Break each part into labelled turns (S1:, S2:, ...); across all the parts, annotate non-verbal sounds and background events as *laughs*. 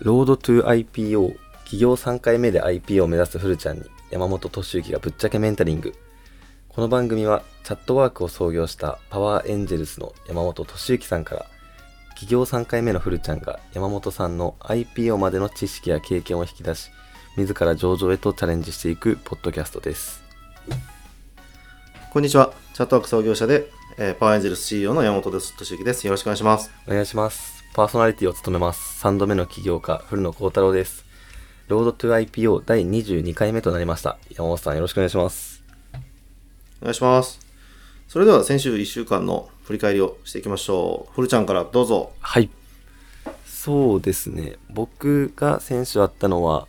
S1: ロードトゥ IPO 企業3回目で IPO を目指すフルちゃんに山本俊之がぶっちゃけメンタリングこの番組はチャットワークを創業したパワーエンジェルスの山本俊之さんから企業3回目のフルちゃんが山本さんの IPO までの知識や経験を引き出し自ら上場へとチャレンジしていくポッドキャストです
S2: こんにちは。チャットワーク創業者で、えーパワーエンジェルス CEO の山本です俊之です。よろしくお願いします。
S1: お願いしますパーソナリティを務めます3度目の起業家古野光太郎ですロードトゥ IPO 第22回目となりました山本さんよろしくお願いします
S2: お願いします。それでは先週1週間の振り返りをしていきましょう。フルちゃんからどうぞ。
S1: はい。そうですね。僕が選手だったのは、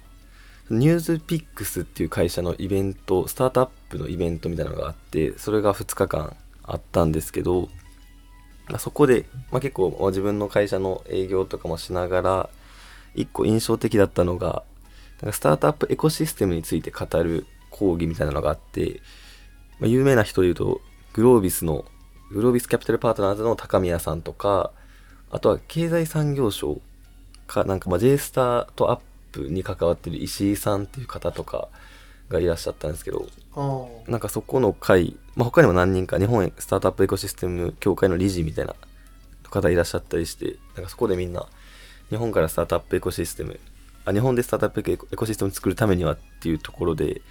S1: ニュースピックスっていう会社のイベント、スタートアップのイベントみたいなのがあって、それが2日間あったんですけど、まあ、そこで、まあ、結構まあ自分の会社の営業とかもしながら、一個印象的だったのが、なんかスタートアップエコシステムについて語る講義みたいなのがあって、まあ、有名な人で言うと、グロービスの、グロービスキャピタルパートナーズの高宮さんとか、あとは経済産業省か、なんかまあ J スターとアップに関わってる石井さんっていう方とかがいらっしゃったんですけど、なんかそこの会、まあ、他にも何人か日本スタートアップエコシステム協会の理事みたいな方いらっしゃったりして、なんかそこでみんな日本からスタートアップエコシステム、あ日本でスタートアップエコエコシステムを作るためにはっていうところで、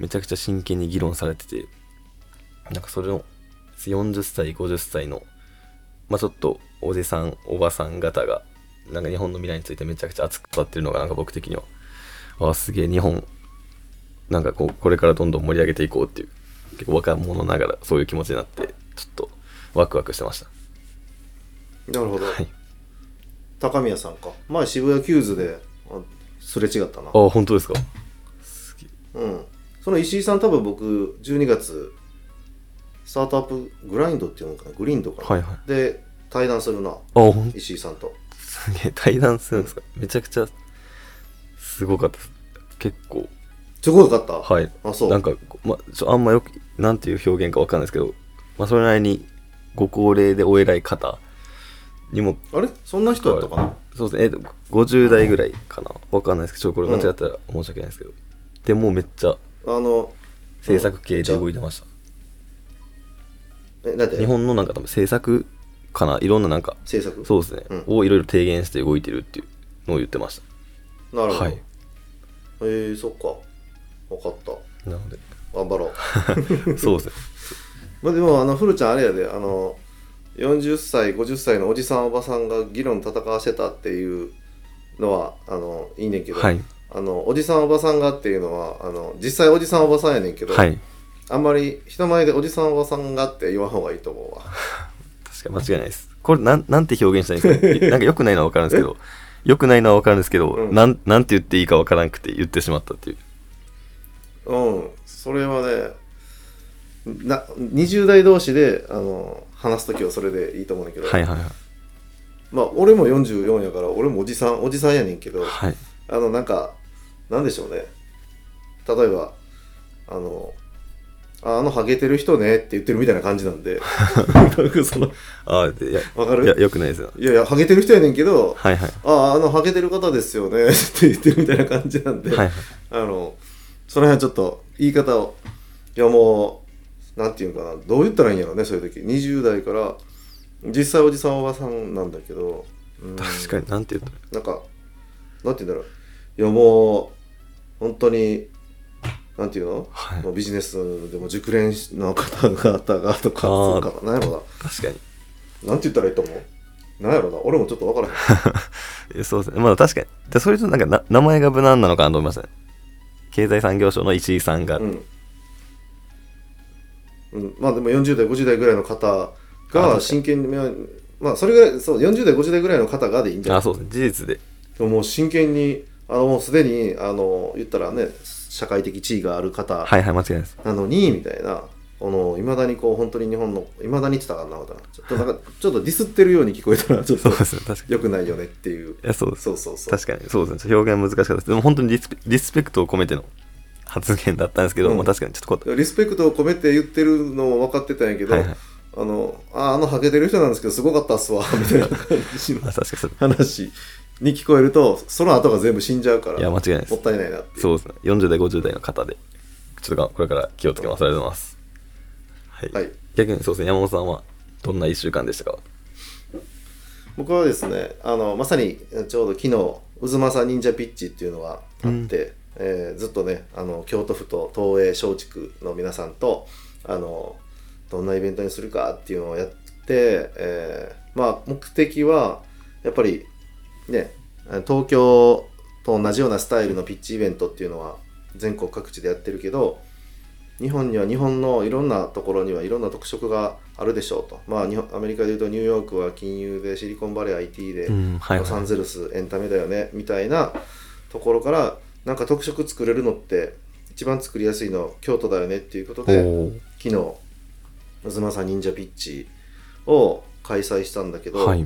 S1: めちゃくちゃ真剣に議論されてて、なんかそれを40歳、50歳の、まあ、ちょっとおじさん、おばさん方が、なんか日本の未来についてめちゃくちゃ熱く語ってるのが、なんか僕的には、ああ、すげえ、日本、なんかこう、これからどんどん盛り上げていこうっていう、結構若者ながらそういう気持ちになって、ちょっとワクワクしてました。
S2: なるほど。
S1: はい。
S2: 高宮さんか。前渋谷キューズであすれ違ったな。
S1: ああ、本当ですか。
S2: うん。その石井さん多分僕、12月、スタートアップグラインドっていうのかな。グリーンドかな。
S1: はいはい。あ
S2: で、対談するな。
S1: あ、ほんと
S2: 石井さんと。
S1: すげえ、対談するんですか。めちゃくちゃ、すごかったです。結構、
S2: すごいよかった。
S1: はい。
S2: あ、そう。
S1: なんか、ま、ちょあんまよく、なんていう表現かわかんないですけど、まあ、それなりにご高齢でお偉い方にも、
S2: あれそんな人だったかな
S1: そうですね、えっと50代ぐらいかな、わかんないですけど、ちょっとこれ間違ったら申し訳ないですけど、でもうめっちゃ
S2: あの、
S1: 制作系で動いてました。
S2: え、だって
S1: 日本のなんか多分制作かな、いろんななんか、
S2: 制作
S1: そうですね、
S2: うん
S1: をいろいろ提言して動いてるっていうのを言ってまし
S2: な
S1: た。
S2: るほど。
S1: は
S2: へ
S1: い。
S2: えそっか。わかった。
S1: なので、
S2: 頑張ろう。 *laughs*
S1: そう *laughs* ですね。
S2: まあでも、あの、古ちゃんあれやで、あの、40歳、50歳のおじさん、おばさんが議論戦わせたっていうのは、あの、いいねんけど、
S1: はい。
S2: あの、おじさん、おばさんがっていうのは、あの、実際おじさん、おばさんやねんけど、
S1: はい。
S2: あんまり人前でおじさん、おばさんがって言わん方がいいと思うわ。 *laughs*
S1: 確かに間違いないです。これなん、なんて表現したらいいん *laughs* ですかなんか良くないのは分かるんですけど、良くないのは分かるんですけど、
S2: うん
S1: なん、なんて言っていいか分からなくて言ってしまったっていう。
S2: うん、それはね、な20代同士であの話すときはそれでいいと思うんだけど、
S1: はいはいはい。
S2: まあ俺も44やから俺もおじさんおじさんやねんけど
S1: はい。
S2: あのなんかなんでしょうね例えばあの「ああのハゲてる人ね」って言ってるみたいな感じなんで
S1: なんかその、 *laughs* あーでいや、
S2: わかる
S1: いや、良くないですよ。
S2: いやいやハゲてる人やねんけど
S1: はいはい。
S2: 「あああのハゲてる方ですよね」って言ってるみたいな感じなんで、
S1: はいはい。
S2: あのその辺はちょっと言い方をいやもうなんていうのかなどう言ったらいいんやろうねそういう時20代から実際おじさんおばさんなんだけど、うん
S1: 確かに、なんて言ったら
S2: なんか、なんて言うんだろう。いや、もう、本当に、なんて言うの、
S1: はい
S2: もうビジネスでも熟練の方々がとか、
S1: あー
S2: そうかな、なんやろ
S1: 確かに。
S2: な。なんて言ったらいいと思うなんやろな。俺もちょっとわからへん。
S1: えそうですね。まあ確かに。でそれとなんかな、名前が無難なのかなと思いましたね。経済産業省の石井さんが、
S2: うん。うん、まあでも40代、50代ぐらいの方
S1: 確か
S2: が
S1: に
S2: 真剣に、まあそれぐらい、そう、40代、50代ぐらいの方がでいいんじゃな
S1: あ、
S2: い
S1: そうですね。事実で。
S2: でももう真剣に、あの、もうすでに、あの、言ったらね、社会的地位がある方、
S1: はいはい、間違いないです。
S2: なのにみたいなこのいまだにこう本当に日本のいまだにって言ったらあかんなことなちょっとなんかちょっとディスってるように聞こえたらちょっ
S1: そ
S2: と
S1: うですね。確かに。
S2: 良くないよねっていう
S1: いや、そうです。
S2: そうそうそう
S1: 確かにそうですね表現難しかったですでも本当にリスペリスペクトを込めての発言だったんですけど、
S2: うん
S1: まあ、確かにちょっとこう
S2: リスペクトを込めて言ってるのも分かってたんやけど、
S1: はいはい
S2: あのああのハゲてる人なんですけどすごかったっすわみたいな感じの
S1: あ確かにそう
S2: 話に聞こえるとその後が全部死んじゃうから
S1: いや間違いないです
S2: もったいないなっていう
S1: そうですね40代50代の方でちょっとがこれから気をつけますありがとうございます、はい
S2: はい
S1: 逆にそうですね山本さんはどんな1週間でしたか
S2: 僕はですねあのまさにちょうど昨日渦政忍者ピッチっていうのがあ
S1: う
S2: って、
S1: ん
S2: えーずっとねあの京都府と東映松竹の皆さんとあのどんなイベントにするかっていうのをやって、えーまあ目的はやっぱりね東京と同じようなスタイルのピッチイベントっていうのは全国各地でやってるけど日本には日本のいろんなところにはいろんな特色があるでしょうと、まあ、日本アメリカでいうとニューヨークは金融でシリコンバレー IT で、
S1: んは
S2: ロサンゼルスエンタメだよねみたいなところからなんか特色作れるのって一番作りやすいの京都だよねっていうこと
S1: お
S2: で
S1: おー
S2: 昨日「渦政忍者ピッチ」を開催したんだけど、、
S1: はいい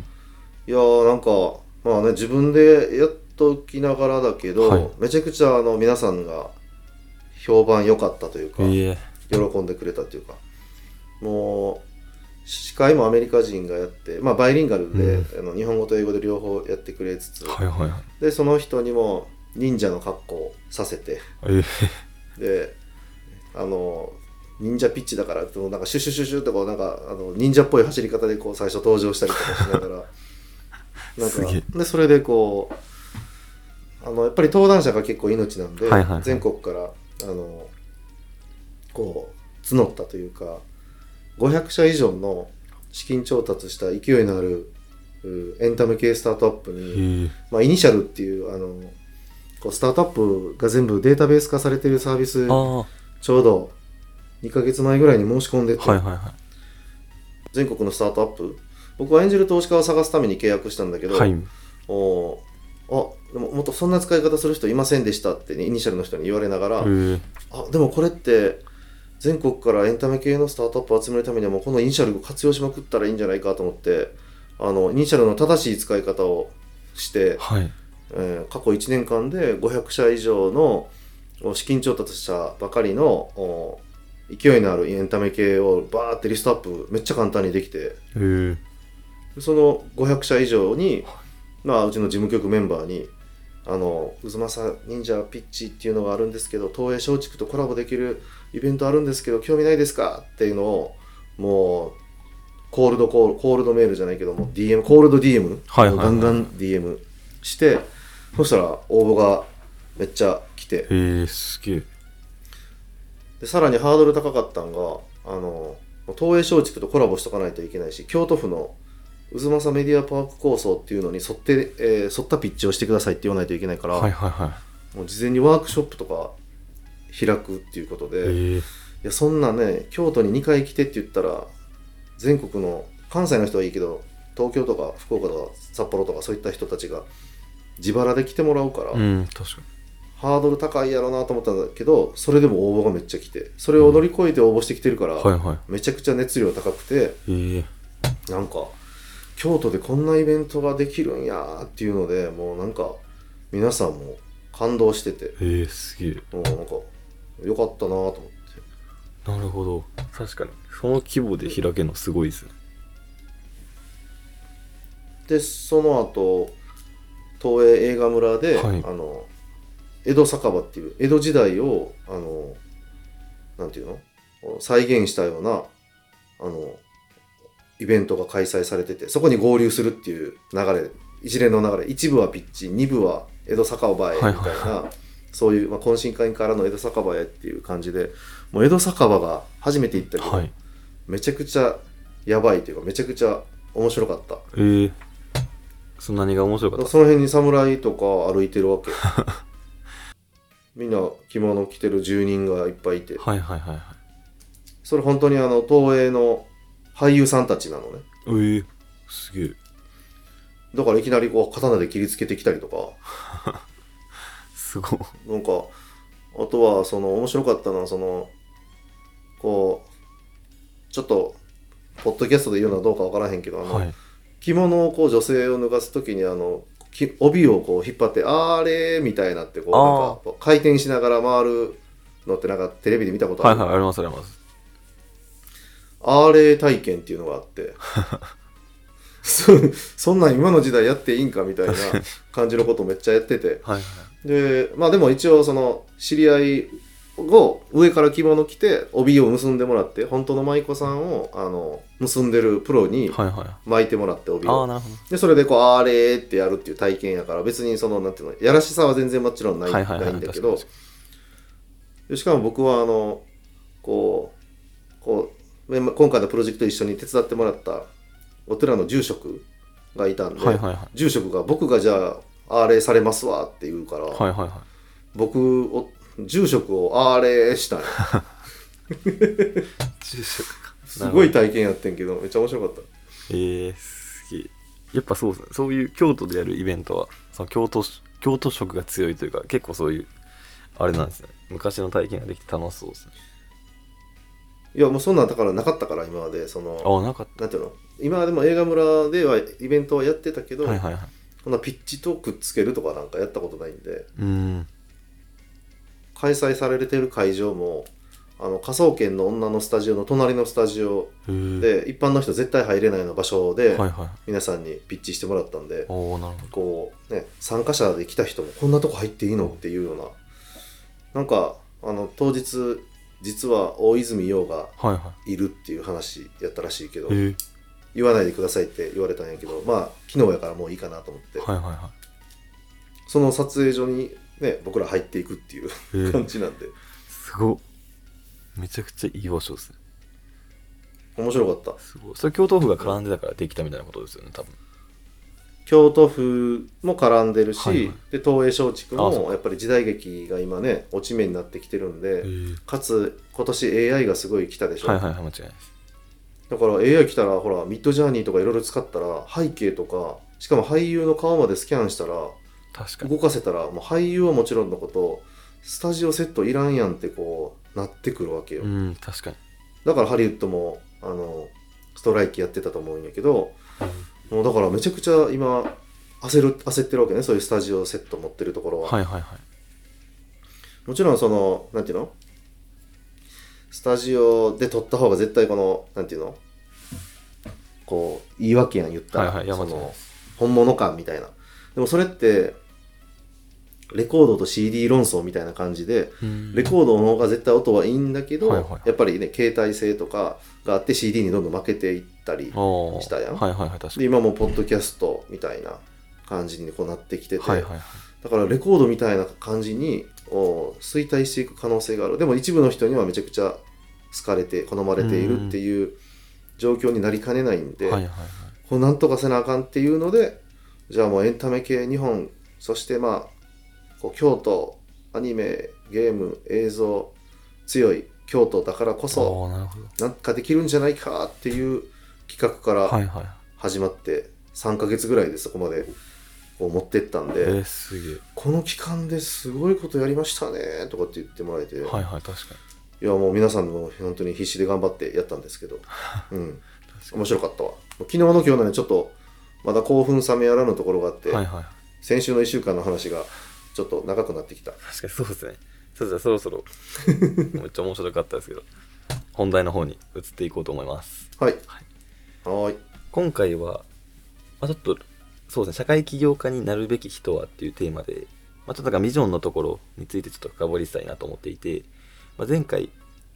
S2: やーなんかまあね自分でやっときながらだけど、
S1: はい
S2: めちゃくちゃあの皆さんが評判良かったというか。
S1: いえ
S2: 喜んでくれたというかもう司会もアメリカ人がやって、まあ、バイリンガルで、あの日本語と英語で両方やってくれつつ、
S1: はいはいはい
S2: でその人にも忍者の格好をさせて
S1: え
S2: であの忍者ピッチだからってなんかシュシュシュシュってこうなんかあの忍者っぽい走り方でこう最初登場したりとかし
S1: *laughs*
S2: ながらなん
S1: すげえ
S2: かでそれでこうあのやっぱり登壇者が結構命なんで、
S1: はいはいはい
S2: 全国からあのこう募ったというか500社以上の資金調達した勢いのあるうエンタメ系スタートアップに
S1: ー
S2: まあ、イニシャルっていうあのこうスタートアップが全部データベース化されてるサービス
S1: ああは
S2: ちょうど2ヶ月前ぐらいに申し込んで
S1: い
S2: て、
S1: はいはい
S2: 全国のスタートアップ僕はエンジェル投資家を探すために契約したんだけど、
S1: はい
S2: おーあでももっとそんな使い方する人いませんでしたって、ね、イニシャルの人に言われながら、
S1: え
S2: あでもこれって全国からエンタメ系のスタートアップを集めるためにはもうこのイニシャルを活用しまくったらいいんじゃないかと思ってあのイニシャルの正しい使い方をして
S1: はい
S2: えー過去1年間で500社以上のお資金調達したばかりのお勢いのあるエンタメ系をバーってリストアップめっちゃ簡単にできて
S1: えー
S2: その500社以上に、まあ、うちの事務局メンバーに「あの渦政忍者ピッチっていうのがあるんですけど東映松竹とコラボできるイベントあるんですけど興味ないですか?」っていうのをもうコールドコールコールドメールじゃないけども DM コールド DM、
S1: はいはいはい
S2: ガンガン DM してそしたら応募がめっちゃ来て
S1: えーすげえ
S2: でさらにハードル高かったんがあの東映松竹とコラボしとかないといけないし京都府の渦政メディアパーク構想っていうのに沿って、えー沿ったピッチをしてくださいって言わないといけないから、
S1: はいはいはい
S2: もう事前にワークショップとか開くっていうことで、い
S1: ええ
S2: やそんなね京都に2回来てって言ったら全国の関西の人はいいけど東京とか福岡とか札幌とかそういった人たちが自腹で来てもらうから、
S1: うん確か
S2: ハードル高いやろなと思ったんだけどそれでも応募がめっちゃ来てそれを乗り越えて応募してきてるから、
S1: にはいはい
S2: めちゃくちゃ熱量高くて
S1: ええ
S2: なんか京都でこんなイベントができるんやーっていうのでもうなんか皆さんも感動してて
S1: えーすげえ
S2: もうなんか良かったなーと思って
S1: なるほど確かにその規模で開けるのすごいですね
S2: でその後東映映画村で、
S1: はい
S2: あの江戸酒場っていう江戸時代をあのなんていうの再現したようなあのイベントが開催されててそこに合流するっていう流れ一連の流れ一部はピッチ二部は江戸酒場へみたいな、
S1: はいはい
S2: そういう、まあ、懇親会からの江戸酒場へっていう感じでもう江戸酒場が初めて行ったけど、
S1: はい
S2: めちゃくちゃやばいというかめちゃくちゃ面白かった
S1: えー、そんなにが面白かった
S2: その辺に侍とか歩いてるわけみんな着物着てる住人がいっぱいいて
S1: はいはいはいはい
S2: それ本当にあの東映の俳優さんたちなのね
S1: ええすげえ
S2: だからいきなりこう刀で切りつけてきたりとか
S1: すごい
S2: なんかあとはその面白かったのはそのこうちょっとポッドキャストで言うのはどうかわからへんけどあの、
S1: はい
S2: 着物をこう女性を脱がす時にあのき帯をこう引っ張って「あれ」みたいなってこうなんかこう回転しながら回るのってなんかテレビで見たことあ
S1: はい
S2: る、
S1: はいありますあります *laughs*
S2: あれ体験っていうのがあってそそんなん今の時代やっていいんかみたいな感じのことをめっちゃやってて
S1: はいはい
S2: でまあでも一応その知り合いを上から着物着て帯を結んでもらって本当の舞妓さんをあの結んでるプロに
S1: はいはい
S2: 巻いてもらって帯
S1: ああ
S2: を
S1: なるほど
S2: でそれでこうあれーってやるっていう体験やから別にそのなんていうのやらしさは全然もちろんない,、
S1: はいはいはい
S2: ないんだけ
S1: 確かに
S2: どでしかも僕はあのこうこうねま今回のプロジェクト一緒に手伝ってもらったお寺の住職がいたんで、
S1: はいはいはい
S2: 住職が僕がじゃああれされますわって言うから、
S1: はいはいは
S2: 僕を住職をあれ
S1: *laughs*
S2: したんよ
S1: い住職か
S2: すごい体験やってんけどめっちゃ面白かった
S1: ええすげえやっぱそうですねそういう京都でやるイベントはその京都京都色が強いというか結構そういうあれなんですね昔の体験ができて楽しそうですね
S2: いやもうそんなんだからなかったから今までその
S1: ああなかっ
S2: なんていうの今でも映画村ではイベントはやってたけ
S1: た
S2: ど、
S1: はいはいはい
S2: こんなピッチとくっつけるとかなんかやったことないんで
S1: うん
S2: 開催されてる会場もあの科捜研の女のスタジオの隣のスタジオ
S1: へー
S2: で、一般の人絶対入れないような場所で、
S1: はいはい
S2: 皆さんにピッチしてもらったんで
S1: おおなるほ
S2: こうね参加者で来た人もこんなとこ入っていいのっていうようななんかあの当日実は大泉洋が
S1: どはいはい
S2: るっていう話やったらしいけど、
S1: えー
S2: 言わないでくださいって言われたんやけどまあ昨日やからもういいかなと思って、
S1: はいはいは
S2: その撮影所にね僕ら入っていくっていう
S1: いえー
S2: 感じなんです
S1: ごっめちゃくちゃいい場所ですね
S2: 面白かった
S1: すごいそれ京都府が絡んでたからできたみたいなことですよね多分
S2: 京都府も絡んでるし、
S1: はいはい
S2: で東映松竹
S1: あそ
S2: もやっぱり時代劇が今ね落ち目になってきてるんで、
S1: ー
S2: かつ今年 AI がすごい来たでしょ、
S1: はいはいはい間違いないです
S2: だから AI 来たらほらミッドジャーニーとかいろいろ使ったら背景とかしかも俳優の顔までスキャンしたら
S1: 確かに
S2: 動かせたらもう俳優はもちろんのことスタジオセットいらんやんってこうなってくるわけよ、
S1: うん確かに
S2: だからハリウッドもあのストライキやってたと思うんやけど、もうだからめちゃくちゃ今焦る焦ってるわけねそういうスタジオセット持ってるところは、
S1: はいはいはい
S2: もちろんそのなんていうのスタジオで撮った方が絶対このなんていうのこういいわけやん言ったら、
S1: はいはいいや
S2: そ
S1: 間違いない
S2: の
S1: で
S2: 本物感みたいなでもそれってレコードと CD 論争みたいな感じで
S1: うん
S2: レコードの方が絶対音はいいんだけど、
S1: はいはいはい
S2: やっぱりね携帯性とかがあって CD にどんどん負けていったり
S1: ああ
S2: したやん
S1: はいはいはい確か
S2: で
S1: に
S2: 今もうポッドキャストみたいな感じにこうなってきてて、
S1: はいはいはい
S2: だからレコードみたいな感じにお衰退していく可能性があるでも一部の人にはめちゃくちゃ好かれて好まれているっていう状況になりかねないんで、
S1: はいはいはい
S2: こうなんとかせなあかんっていうのでじゃあもうエンタメ系日本そしてまあこう京都アニメゲーム映像強い京都だからこそ
S1: ああなるほど
S2: なんかできるんじゃないかっていう企画から
S1: はいはい
S2: 始まって3ヶ月ぐらいでそこまでこう持ってったん
S1: え
S2: で、
S1: ー、すげえ
S2: この期間ですごいことやりましたねとかって言ってもらえて、
S1: はいはい確かに
S2: いやもう皆さんも本当に必死で頑張ってやったんで
S1: *laughs*
S2: すけど、うん、
S1: 確か
S2: 面白かったわ昨日の今日のねちょっとまだ興奮冷めやらぬところがあって、
S1: にはいはい
S2: 先週の1週間の話がちょっと長くなってきた
S1: 確かにそうですねそうですねそろそ
S2: *laughs*
S1: ろめっちゃ面白かったですけど本題の方に移っていこうと思います
S2: はい
S1: はい
S2: はーい
S1: 今回は、まあ、ちょっとそうですね社会起業家になるべき人はっていうテーマで、まあ、ちょっとなんかビジョンのところについてちょっと深掘りしたいなと思っていて、まあ、前回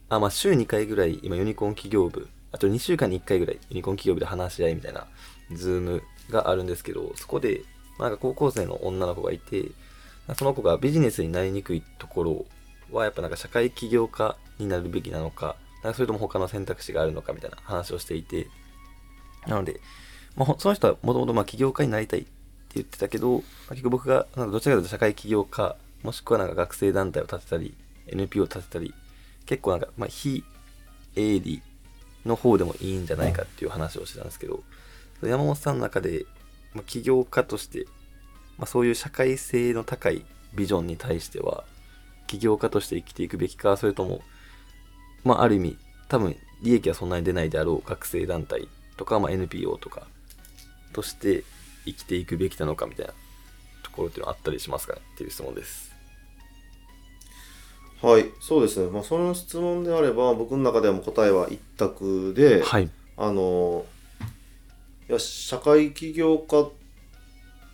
S1: あまあ週2回ぐらい今ユニコーン企業部あと2週間に1回ぐらいユニコーン企業部で話し合いみたいなズームがあるんですけどそこで、まあ、なんか高校生の女の子がいてその子がビジネスになりにくいところはやっぱなんか社会起業家になるべきなのかなんかそれとも他の選択肢があるのかみたいな話をしていてなので、まあ、ほその人はもともとまあ起業家になりたいって言ってたけど、まあ結局僕がなんかどちらかというと社会起業家、もしくはなんか学生団体を立てたり、NPO を立てたり、結構なんか、まあ、非営利の方でもいいんじゃないかっていう話をしてたんですけど、山本さんの中で、まあ、起業家として、まあ、そういう社会性の高いビジョンに対しては、起業家として生きていくべきか、それとも、まあ、ある意味多分利益はそんなに出ないであろう学生団体とか、まあ、NPO とかとして生きていくべきなのかみたいなところっていうのはあったりしますかねっていう質問です。
S2: はいそうですね、まあ、その質問であれば僕の中ではもう答えは一択で、
S1: はい。
S2: あのいや社会起業家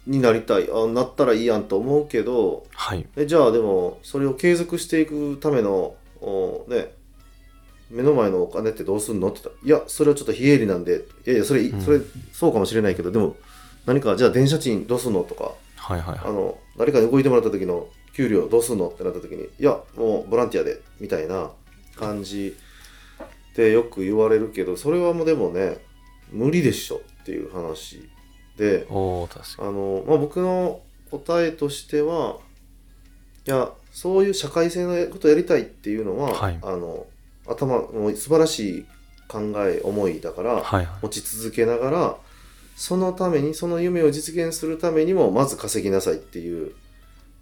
S2: になりたいあなったらいいやんと思うけど
S1: はい
S2: えじゃあでもそれを継続していくためのおね目の前のお金ってどうすんのって言ったらいやそれはちょっと非営利なんでいやいやそれ、
S1: うん
S2: それそうかもしれないけどでも何かじゃあ電車賃どうすんのとか
S1: はいはい
S2: あ
S1: は
S2: の誰かに動いてもらった時の給料どうすんのってなった時にいやもうボランティアでみたいな感じでよく言われるけどそれはもうでもね無理でしょっていう話で
S1: いおお確か
S2: あの、まあ、僕の答えとしてはいやそういう社会性のことをやりたいっていうのは、
S1: はい
S2: あの頭もう素晴らしい考え思いだから、
S1: にはいはい
S2: 持ち続けながらそのためにその夢を実現するためにもまず稼ぎなさいっていう、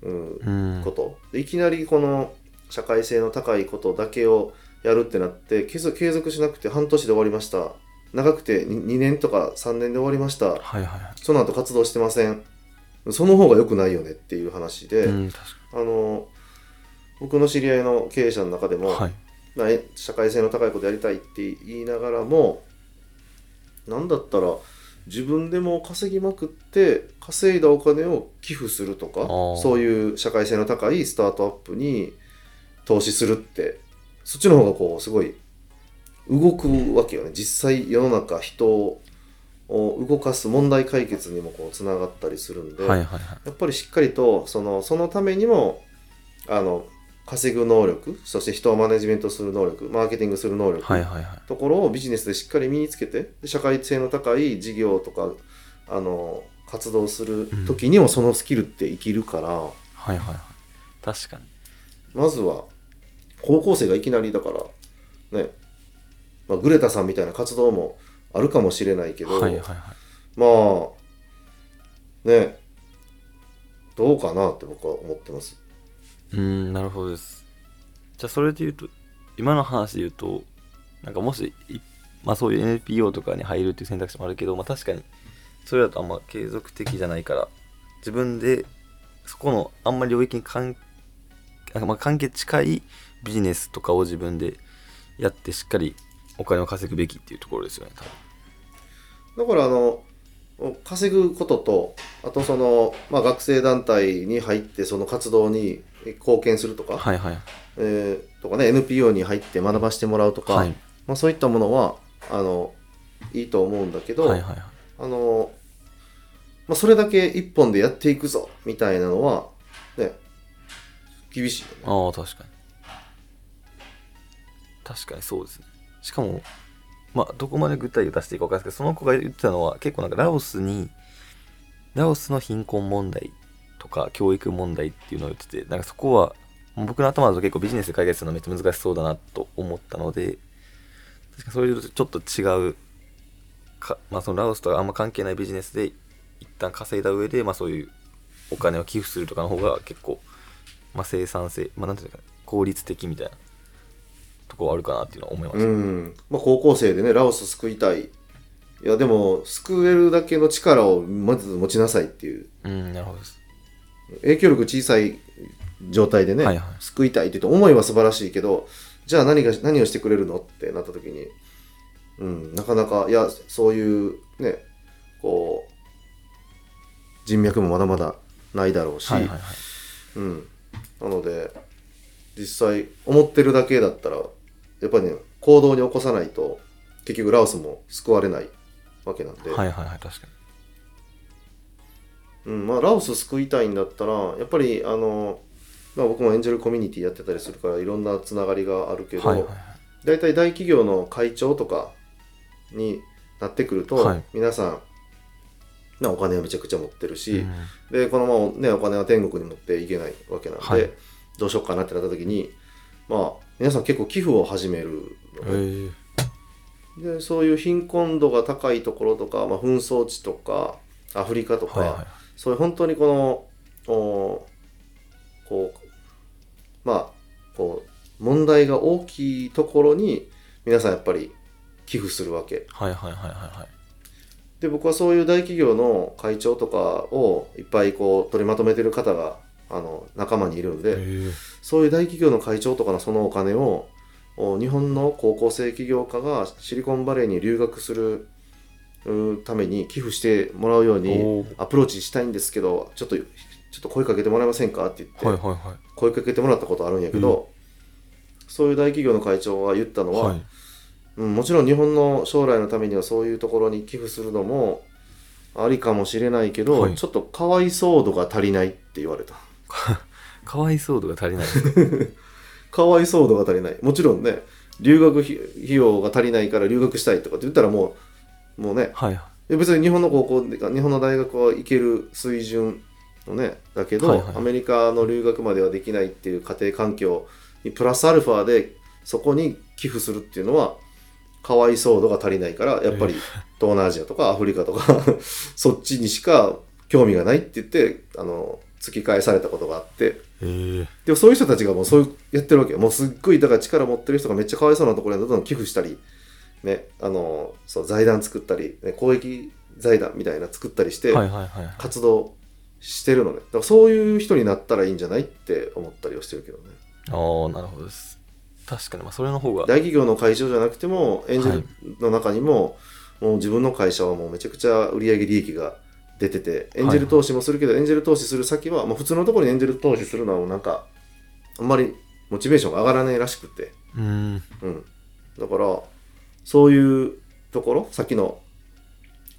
S2: うん、
S1: うん
S2: ことでいきなりこの社会性の高いことだけをやるってなって継続継続しなくて半年で終わりました長くて 2, 年とか3年で終わりました
S1: はいはいは
S2: その後活動してませんその方が良くないよねっていう話で、
S1: いうん確か
S2: あの僕の知り合いの経営者の中で
S1: に
S2: も、
S1: はい
S2: なえ社会性の高いことやりたいって言いながらもなんだったら自分でも稼ぎまくって稼いだお金を寄付するとか
S1: あー
S2: そういう社会性の高いスタートアップに投資するってそっちの方がこうすごい動くわけよね実際世の中人を動かす問題解決にもこうつながったりするんで、
S1: はいはいはい
S2: やっぱりしっかりとそのそのためにもあの稼ぐ能力そして人をマネジメントする能力マーケティングする能力、
S1: はいはいはい
S2: ところをビジネスでしっかり身につけてで社会性の高い事業とかあの活動する時にもそのスキルって生きるから、
S1: はいはいはい確かに
S2: まずは高校生がいきなりだからね、まあ、グレタさんみたいな活動もあるかもしれないけ
S1: は
S2: ど、
S1: いはいはい
S2: まあねどうかなって僕は思ってます。
S1: うーんなるほどですじゃあそれで言うと今の話で言うとなんかもしいまあそういう NPO とかに入るっていう選択肢もあるけど、まあ、確かにそれだとあんま継続的じゃないから自分でそこのあんまり領域に関なんかまあ関係近いビジネスとかを自分でやってしっかりお金を稼ぐべきっていうところですよね多分
S2: だからあの稼ぐこととあとその、まあ、学生団体に入ってその活動に貢献するとか、
S1: はいはい
S2: えーとかね NPO に入って学ばしてもらうとか、
S1: はい
S2: まあ、そういったものはあのいいと思うんだけど、
S1: はいはいはい
S2: あのまあ、それだけ一本でやっていくぞみたいなのはね厳しいよね。
S1: ああ確かに確かにそうですねしかもまあどこまで具体を出していいか分かんないですけどその子が言ってたのは結構なんかラオスにラオスの貧困問題とか教育問題っていうのを言っててなんかそこは僕の頭だと結構ビジネスで解決するのめっちゃ難しそうだなと思ったので確かにそれとちょっと違うか、まあ、そのラオスとはあんま関係ないビジネスで一旦稼いだ上で、まあ、そういうお金を寄付するとかの方が結構まあ、生産性、まあ、なんていうのかな効率的みたいなとこはあるかなっていうのは思いまし
S2: うんまあ、高校生でねラオス救いたいいやでも救えるだけの力をまず持ちなさいっていう
S1: た。うん、なるほどです。
S2: 影響力小さい状態でね、
S1: はいはい
S2: 救いたいって言うと思いは素晴らしいけどじゃあ何が何をしてくれるのってなった時に、うん、なかなかいやそういうねこう人脈もまだまだないだろうし、
S1: はいはいはい。
S2: うん、なので実際思ってるだけだったらやっぱりね行動に起こさないと結局ラオスも救われないわけなんで、
S1: はいはいはい、確か
S2: うんまあ、ラオス救いたいんだったらやっぱりあの、まあ、僕もエンジェルコミュニティやってたりするからいろんなつながりがあるけ
S1: に。
S2: ど、
S1: はいはいはい。
S2: 大体大企業の会長とかになってくると、
S1: はい
S2: 皆さんなお金をめちゃくちゃ持ってるし、
S1: うん
S2: でこのまま、ね、お金は天国に持っていけないわけなんで、
S1: はい
S2: どうしようかなってなった時に、まあ、皆さん結構寄付を始めるのね、
S1: え
S2: でそういう貧困度が高いところとか、まあ、紛争地とかアフリカと
S1: え
S2: か、
S1: はいはいはい。
S2: そういう本当にこのおーこうまあこう問題が大きいところに皆さんやっぱり寄付するわけ
S1: はいはいはいはいはい。
S2: で僕はそういう大企業の会長とかをいっぱいこう取りまとめてる方があの仲間にいるんで、
S1: え
S2: そういう大企業の会長とかのそのお金をお日本の高校生起業家がシリコンバレーに留学するうんために寄付してもらうように
S1: おー
S2: アプローチしたいんですけどちょっとちょっと声かけてもらえませんかって言って、
S1: はいはいは
S2: 声かけてもらったことあるんやけど、そういう大企業の会長が言ったの
S1: い
S2: は、
S1: はい
S2: うん、もちろん日本の将来のためにはそういうところに寄付するのもありかもしれないけど、
S1: はい
S2: ちょっとかわいそう度が足りないって言われた
S1: かわいそう度が足りない
S2: かわいそう度が足りないもちろんね留学費費用が足りないから留学したいとかって言ったらもうもうね
S1: *laughs* はい
S2: え別に日本の高校で日本の大学は行ける水準のねだけど、
S1: はいはい
S2: アメリカの留学まではできないっていう家庭環境にプラスアルファでそこに寄付するっていうのはかわいそう度が足りないからやっぱり東南アジアとかアフリカとか *laughs* そっちにしか興味がないって言ってあの突き返されたことがあって
S1: えー、
S2: でもそういう人たちがもうそういうやってるわけよもうすっごいだから力持ってる人がめっちゃかわいそうなところにどんどん寄付したり、ね、あのそう財団作ったり、ね、公益財団みたいな作ったりして
S1: はいはいはい
S2: 活動してるのね、だからそういう人になったらいいんじゃないって思ったりはしてるけどね
S1: ああなるほどです確かにまあそれの方が
S2: 大企業の会長じゃなくてもエンジ
S1: は
S2: ェ
S1: い
S2: ルの中にも,、もう自分の会社はもうめちゃくちゃ売上利益が出ててエンジェル投資もするけど、エンジェル投資する先は、まあ、普通のところにエンジェル投資するのはもうなんかあんまりモチベーションが上がらないらしくて。
S1: うーん
S2: うん、だからそういうところさっきの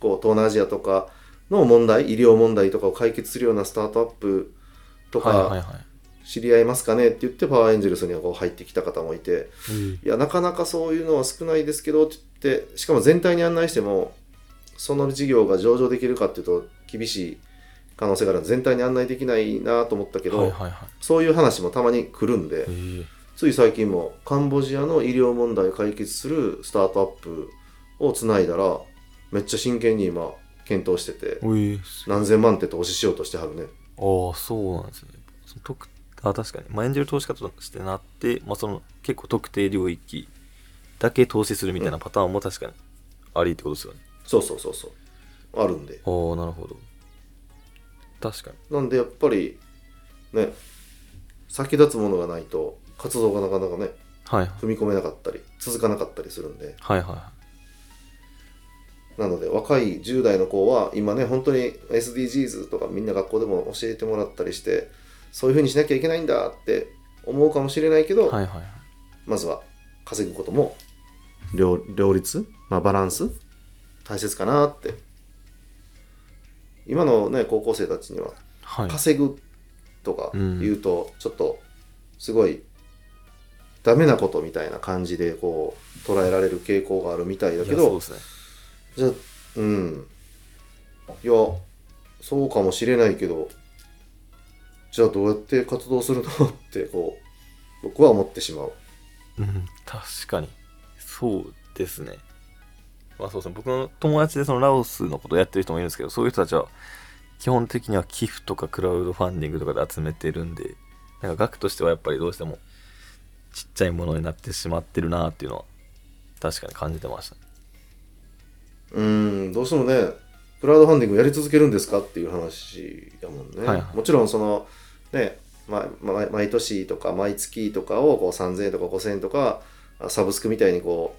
S2: こう東南アジアとかの問題医療問題とかを解決するようなスタートアップとか、
S1: はいはいはい
S2: 知り合いますかねって言ってパワーエンジェルスにこう入ってきた方もいていやなかなかそういうのは少ないですけどって言ってしかも全体に案内してもその事業が上場できるかっていうと厳しい可能性があるので全体に案内できないなと思ったけど、
S1: はいはいはい
S2: そういう話もたまに来るんで
S1: え、ー
S2: つい最近もカンボジアの医療問題解決するスタートアップをつないだらめっちゃ真剣に今検討してて
S1: おい
S2: 何千万って投資しようとしてはるね
S1: ああそうなんですねその特あ確かに、まあ、エンジェル投資家としてなって、まあ、その結構特定領域だけ投資するみたいなパターンも確かにありってことですよね、
S2: そうそうそうそうあるんで
S1: ああなるほど確かに
S2: なんでやっぱりね先立つものがないと活動がなかなかね
S1: はい
S2: 踏み込めなかったり続かなかったりするんで
S1: はいはいは
S2: なので若い10代の子は今ね本当に SDGs とかみんな学校でも教えてもらったりしてそういうふうにしなきゃいけないんだって思うかもしれないけ
S1: い
S2: ど、
S1: はいはいはい
S2: まずは稼ぐことも両両立、まあ、バランス大切かなって今のね高校生たちには
S1: はい
S2: 稼ぐとか
S1: うん
S2: 言うとちょっとすごいダメなことみたいな感じでこう捉えられる傾向があるみたいだけ
S1: いやそう
S2: ど
S1: ですね
S2: じゃあうんいやそうかもしれないけどじゃあどうやって活動するのってこう僕は思ってしまう。
S1: うん確かにそうですねまあそうですね僕の友達でそのラオスのことをやってる人もいるんですけどそういう人たちは基本的には寄付とかクラウドファンディングとかで集めてるんでなんか額としてはやっぱりどうしてもちっちゃいものになってしまってるなっていうのは確かに感じてました
S2: うーんどうしてもねクラウドファンディングやり続けるんですかっていう話やもんね、
S1: はいはい
S2: もちろんそのね、まま、毎年とか毎月とかをこう3000円とか5000円とかあサブスクみたいにこ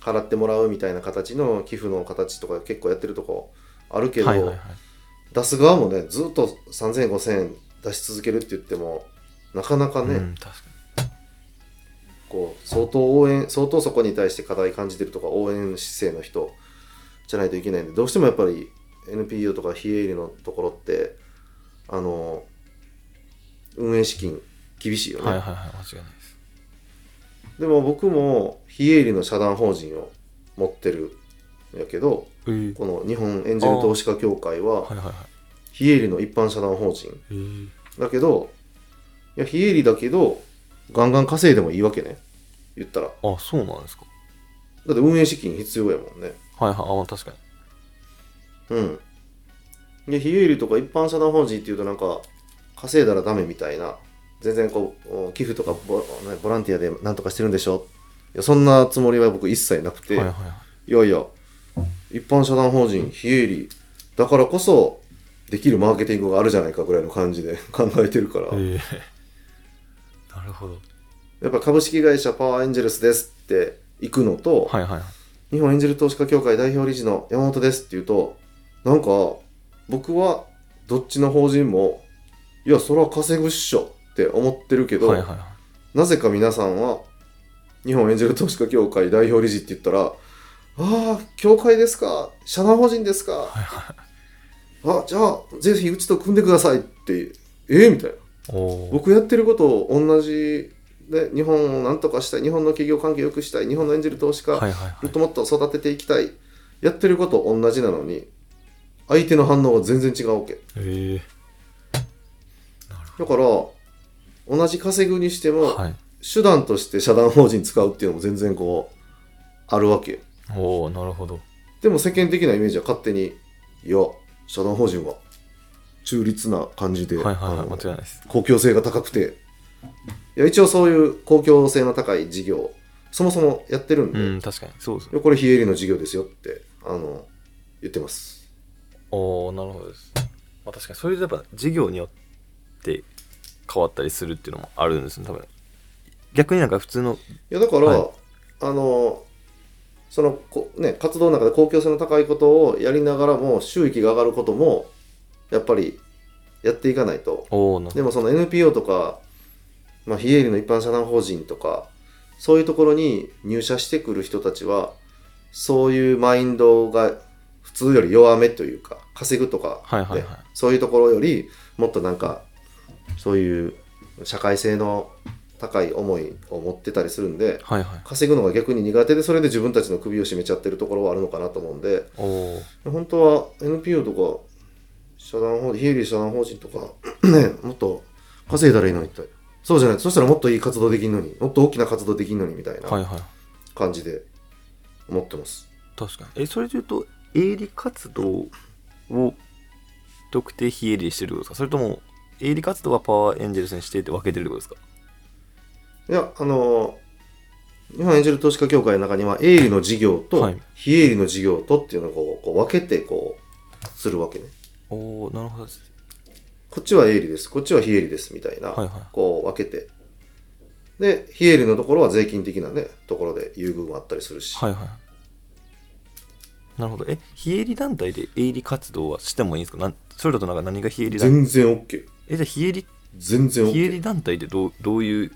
S2: う払ってもらうみたいな形の寄付の形とか結構やってるとこあるけど、
S1: はいはいはい
S2: 出す側もねずっと3000円5000円出し続けるって言ってもなかなかね、
S1: うん確か
S2: こう相当応援相当そこに対して課題感じてるとか応援姿勢の人じゃないといけないんでどうしてもやっぱり NPO とか非営利のところってあの運営資金厳しいよ
S1: に
S2: ね、
S1: はいはいはい間違いないです
S2: でも僕も非営利の社団法人を持ってるんやけど
S1: えー
S2: この日本エンジェル投資家協会
S1: は
S2: はい
S1: はいはい
S2: 非営利の一般社団法人
S1: えー
S2: だけどいや非営利だけどガンガン稼いでもいいわけね言ったらだ
S1: あそうなんですか
S2: って運営資金必要やもんね
S1: はいはいあまあ確かに
S2: うん。で、非営利とか一般社団法人っていうとなんか、稼いだらダメみたいな、全然こうお、寄付とかボねボランティアでなんとかしてるんでしょいや、そんなつもりは僕一切なくて、
S1: はい
S2: い
S1: はいはい
S2: やいや、一般社団法人、非営利、だからこそ、できるマーケティングがあるじゃないかぐらいの感じで *laughs* 考えてるから、
S1: えー *laughs* なるほど
S2: やっぱ株式会社パワーエンジェルスですって行くのと、
S1: はいはいはい
S2: 日本エンジェル投資家協会代表理事の山本ですって言うと、なんか、僕はどっちの法人も、いや、それは稼ぐっしょって思ってるけど、
S1: はいはいはい
S2: なぜか皆さんは、日本エンジェル投資家協会代表理事って言ったら、ああ、協会ですか、社団法人ですか、あじゃあ、ぜひうちと組んでくださいって、ええみたいな。
S1: おー
S2: 僕やってることを同じで日本をなんとかしたい日本の企業関係良くしたい日本のエンジェル投資家、
S1: はいはいは
S2: もっ
S1: い
S2: ともっと育てていきたいやってること同じなのに相手の反応が全然違うわけ
S1: へえ
S2: だから同じ稼ぐにしても、
S1: はい
S2: 手段として社団法人使うっていうのも全然こうあるわけよ
S1: おおなるほど
S2: でも世間的なイメージは勝手にいや社団法人は中立な感じで、
S1: はいはい
S2: あ
S1: は
S2: の
S1: い間違いないです
S2: 公共性が高くていや一応そういう公共性の高い事業そもそもやってるんで、
S1: うん確かにそうです
S2: いやこれ非営利の事業ですよってあの言ってます
S1: おおなるほどです、まあ、確かにそれでやっぱ事業によって変わったりするっていうのもあるんですね多分逆になんか普通の
S2: いやだから、
S1: はい
S2: あのそのこ、ね、活動の中で公共性の高いことをやりながらも収益が上がることもやっぱりやっていかないと
S1: おおな
S2: でもその NPO とか、まあ、非営利の一般社団法人とかそういうところに入社してくる人たちはそういうマインドが普通より弱めというか稼ぐとか、
S1: はいはいはい
S2: ねそういうところよりもっとなんかそういう社会性の高い思いを持ってたりするんで
S1: はいはい
S2: 稼ぐのが逆に苦手でそれで自分たちの首を絞めちゃってるところはあるのかなと思うんで
S1: おお
S2: 本当は NPO とか社団法非営利社団法人とか *clears throat* ねもっと稼いだらいいのにってそうじゃないそしたらもっといい活動できるのにもっと大きな活動できるのにみた
S1: は
S2: い
S1: い
S2: な
S1: はい
S2: 感じで思ってます、
S1: 確かにえそれでいうと営利活動を特定非営利してるってことですかそれとも営利活動はパワーエンジェルスにしてって分けてるってことですか
S2: い、やあの日本エンジェル投資家協会の中には営利の事業
S1: は
S2: と
S1: い
S2: 非営利の事業とっていうのをこうこう分けてこうするわけね
S1: おおなるほどです
S2: こっちは営利ですこっちは非営利ですみたいな、
S1: はいはい
S2: こう分けてで非営利のところは税金的なねところで優遇もあったりするし、
S1: はいはいなるほどえ非営利団体で営利活動はしてもいいんですかなんそれだとなんか何が非営利団体
S2: 全然 OK
S1: えじゃあ非営利
S2: 全然
S1: 非営
S2: OK
S1: 利団体ってどうどういう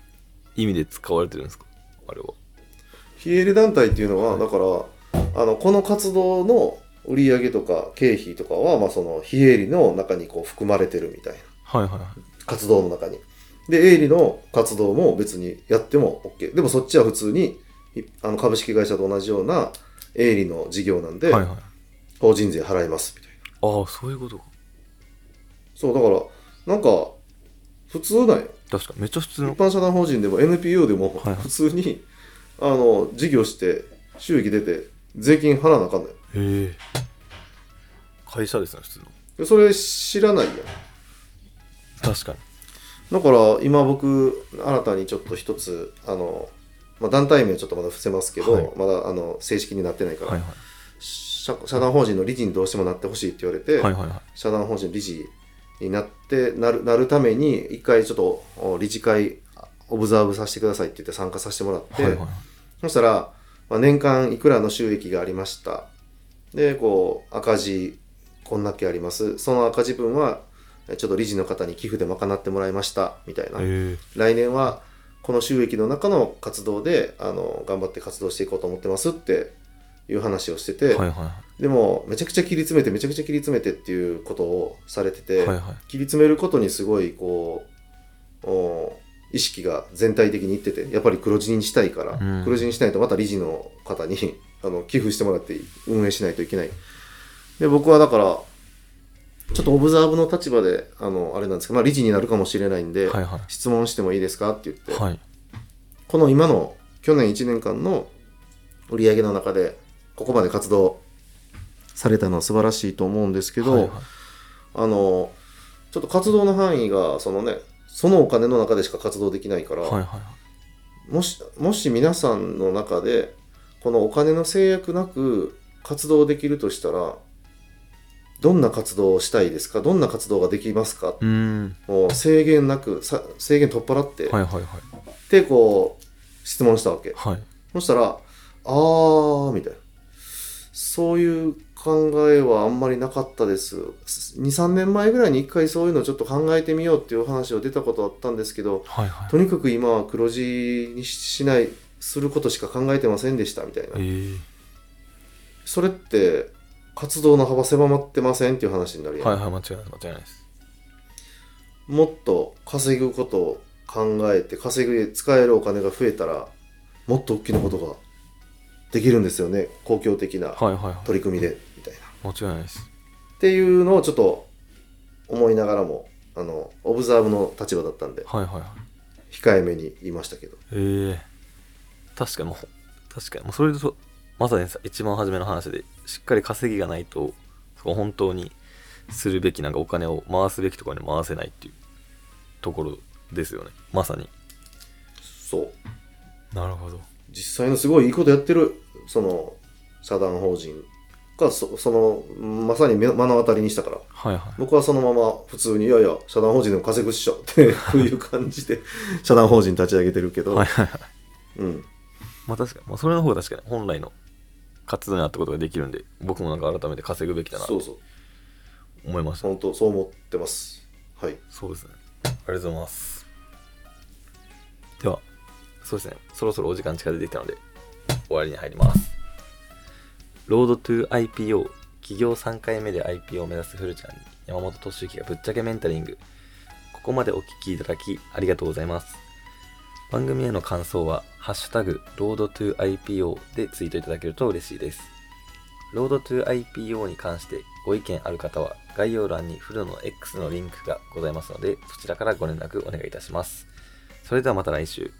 S1: 意味で使われてるんですかあれは
S2: 非営利団体っていうのはだからあのこの活動の売り上げとか経費とかは、まあ、その非営利の中にこう含まれてるみたいな
S1: はいはいはい
S2: 活動の中にで営利の活動も別にやっても OK でもそっちは普通にいあの株式会社と同じような営利の事業なんで、
S1: はいはい
S2: 法人税払いますみたいな
S1: ああそういうことか
S2: そうだからなんか普通なんよ
S1: 確かめっちゃ普通
S2: 一
S1: の
S2: 般社団法人でも NPO でも
S1: はいはい
S2: 普通に、あの事業して収益出て税金払わなあかんのよ
S1: へえ会社ですね普通の
S2: でそれ知らないやん
S1: 確かに
S2: だから今僕新たにちょっと一つあの、まあ、団体名はちょっとまだ伏せますけど、
S1: はい
S2: まだあの正式になってないから、
S1: はいは
S2: 社社団法人の理事にどうしてもなってほしいって言われ
S1: い
S2: て、
S1: はいはいはい
S2: 社団法人理事になってなるなるために一回ちょっとお理事会オブザーブさせてくださいって言って参加させてもらって、
S1: はいはい
S2: そしたら、まあ、年間いくらの収益がありましたでこう赤字こんだけありますその赤字分はえちょっと理事の方に寄付で賄ってもらいましたみたいな、
S1: へ
S2: 来年はこの収益の中の活動であの頑張って活動していこうと思ってますっていう話をしてて、
S1: えはいは
S2: でもめちゃくちゃ切り詰めてめちゃくちゃ切り詰めてっていうことをされて
S1: い
S2: て、
S1: はいはい
S2: 切り詰めることにすごいこうお意識が全体的にいっててやっぱり黒字にしたいから、
S1: うん
S2: 黒字にしないとまた理事の方に *laughs* あの寄付してもらって運営しないといけないで僕はだからちょっとオブザーブの立場であのあれなんですけど、まあ、理事になるかもしれないんで、
S1: はいはい
S2: 質問してもいいですかって言って、
S1: はい
S2: この今の去年1年間の売り上げの中でここまで活動されたのは素晴らしいと思うんですけど、
S1: はいはい
S2: あのちょっと活動の範囲がそのねそのお金の中でしか活動できないから、
S1: はいはい
S2: もしもし皆さんの中でこのお金の制約なく活動できるとしたらどんな活動をしたいですかどんな活動ができますか、
S1: うーん
S2: もう制限なくさ制限取っ払って、
S1: はいはいはい
S2: でこう質問したわけ
S1: はい
S2: そしたら「あー」みたいなそういう考えはあんまりなかったです。2、3年前ぐらいに一回そういうのをちょっと考えてみようっていうお話を出たことあったんですけど、
S1: はいはい
S2: とにかく今は黒字にしない、することしか考えてませんでしたみたいな
S1: え。ー
S2: それって活動の幅狭まってませんっていう話になるやん
S1: はいはい間違いない間違いないです
S2: もっと稼ぐことを考えて稼ぐ使えるお金が増えたらもっと大きなことができるんですよね公共的な
S1: はいはいはい
S2: 取り組みでみたいな。っ
S1: 間違いないです
S2: ていうのをちょっと思いながらもあのオブザーブの立場だったんで
S1: はいはいはい
S2: 控えめに言いましたけど
S1: ええ確かにもう確かにもうそれでそまさにさ一番初めの話でしっかり稼ぎがないとそこ本当にするべきなんかお金を回すべきところに回せないっていうところですよねまさに
S2: そう
S1: なるほど
S2: 実際のすごいいいことやってるその社団法人がそそのまさに目目の当たりにしたから
S1: はいはい
S2: 僕はそのまま普通に「いやいや社団法人でも稼ぐっしょ」っていう感じで *laughs* 社団法人立ち上げてるけど、
S1: はいはいはい
S2: うん、
S1: まあ確かに、まあ、それの方が確かに本来の活動に合ったことができるんで僕もなんか改めて稼ぐべきだな
S2: そ
S1: と
S2: うそう
S1: 思いました
S2: 本当そう思ってますはい
S1: そうですね。ありがとうございます。では、そうですね。そろそろお時間近づいてきたので、終わりに入ります。ロードトゥ IPO、企業3回目で IPO を目指すフルちゃんに山本敏之がぶっちゃけメンタリング。ここまでお聞きいただきありがとうございます。番組への感想は、ハッシュタグ、ロードトゥ IPO でツイートいただけると嬉しいです。ロードトゥ IPO に関してご意見ある方は概要欄にフルの X のリンクがございますのでそちらからご連絡お願いいたします。それではまた来週。